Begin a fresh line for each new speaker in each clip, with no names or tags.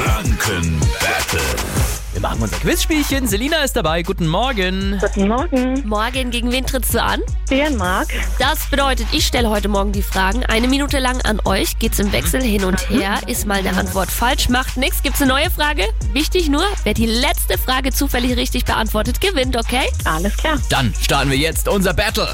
Franken Battle.
Wir machen unser Quizspielchen. Selina ist dabei. Guten Morgen.
Guten Morgen,
Morgen, gegen wen trittst du an?
Dänemark.
Das bedeutet, ich stelle heute Morgen die Fragen eine Minute lang an euch. Geht's im Wechsel hin und her? Ist mal eine Antwort falsch? Macht nichts. Gibt's eine neue Frage? Wichtig nur, wer die letzte Frage zufällig richtig beantwortet, gewinnt, okay?
Alles klar.
Dann starten wir jetzt unser Battle.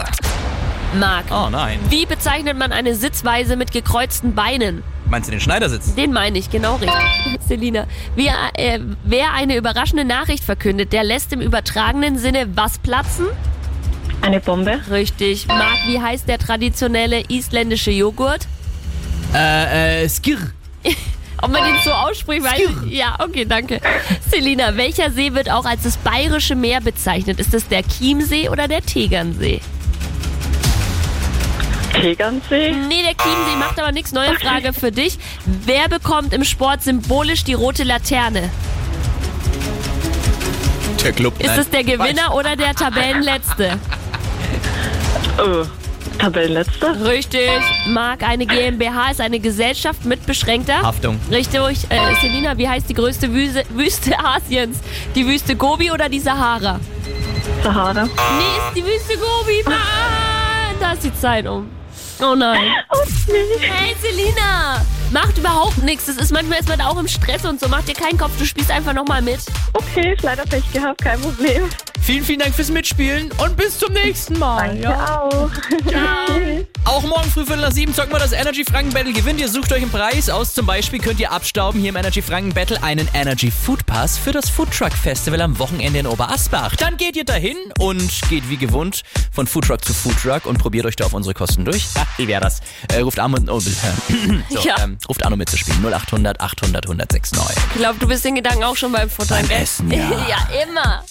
Marc,
Oh nein.
wie bezeichnet man eine Sitzweise mit gekreuzten Beinen?
Meinst du den Schneidersitz?
Den meine ich, genau richtig. Selina, wer, äh, wer eine überraschende Nachricht verkündet, der lässt im übertragenen Sinne was platzen?
Eine Bombe.
Richtig. Marc, wie heißt der traditionelle isländische Joghurt?
Äh, äh, Skir.
Ob man den so ausspricht, weiß ich. Ja, okay, danke. Selina, welcher See wird auch als das Bayerische Meer bezeichnet? Ist es der Chiemsee oder der Tegernsee?
Tegernsee.
Nee, der Chiemsee macht aber nichts. Neue Frage für dich. Wer bekommt im Sport symbolisch die rote Laterne?
Der Club.
Ist es der Gewinner oder der Tabellenletzte?
Oh, Tabellenletzter.
Richtig. Marc, eine GmbH ist eine Gesellschaft mit beschränkter
Haftung.
Richtig. Äh, Selina, wie heißt die größte Wüse, Wüste Asiens? Die Wüste Gobi oder die Sahara?
Sahara.
Nee, ist die Wüste Gobi. Mann, da ist die Zeit um. Oh nein. Hey, Selina. Macht überhaupt nichts. Das ist manchmal ist man da auch im Stress und so. Macht dir keinen Kopf. Du spielst einfach nochmal mit.
Okay, leider Pech gehabt, kein Problem.
Vielen, vielen Dank fürs Mitspielen und bis zum nächsten Mal.
Danke
Ja.
auch. Tschüss.
Auch morgen früh Viertel nach sieben zocken wir das Energy Franken Battle. Gewinnt ihr, sucht euch einen Preis aus. Zum Beispiel könnt ihr abstauben hier im Energy Franken Battle einen Energy Food Pass für das Food Truck Festival am Wochenende in Oberasbach. Dann geht ihr dahin und geht wie gewohnt von Food Truck zu Food Truck und probiert euch da auf unsere Kosten durch. Ha, wie wäre das? Äh, ruft an und oh, so,
Ja.
ähm, ruft an, um mitzuspielen. 0800 800 106 neu.
Ich glaube, du bist den Gedanken auch schon beim Futter.
Beim Essen, ja.
ja, immer.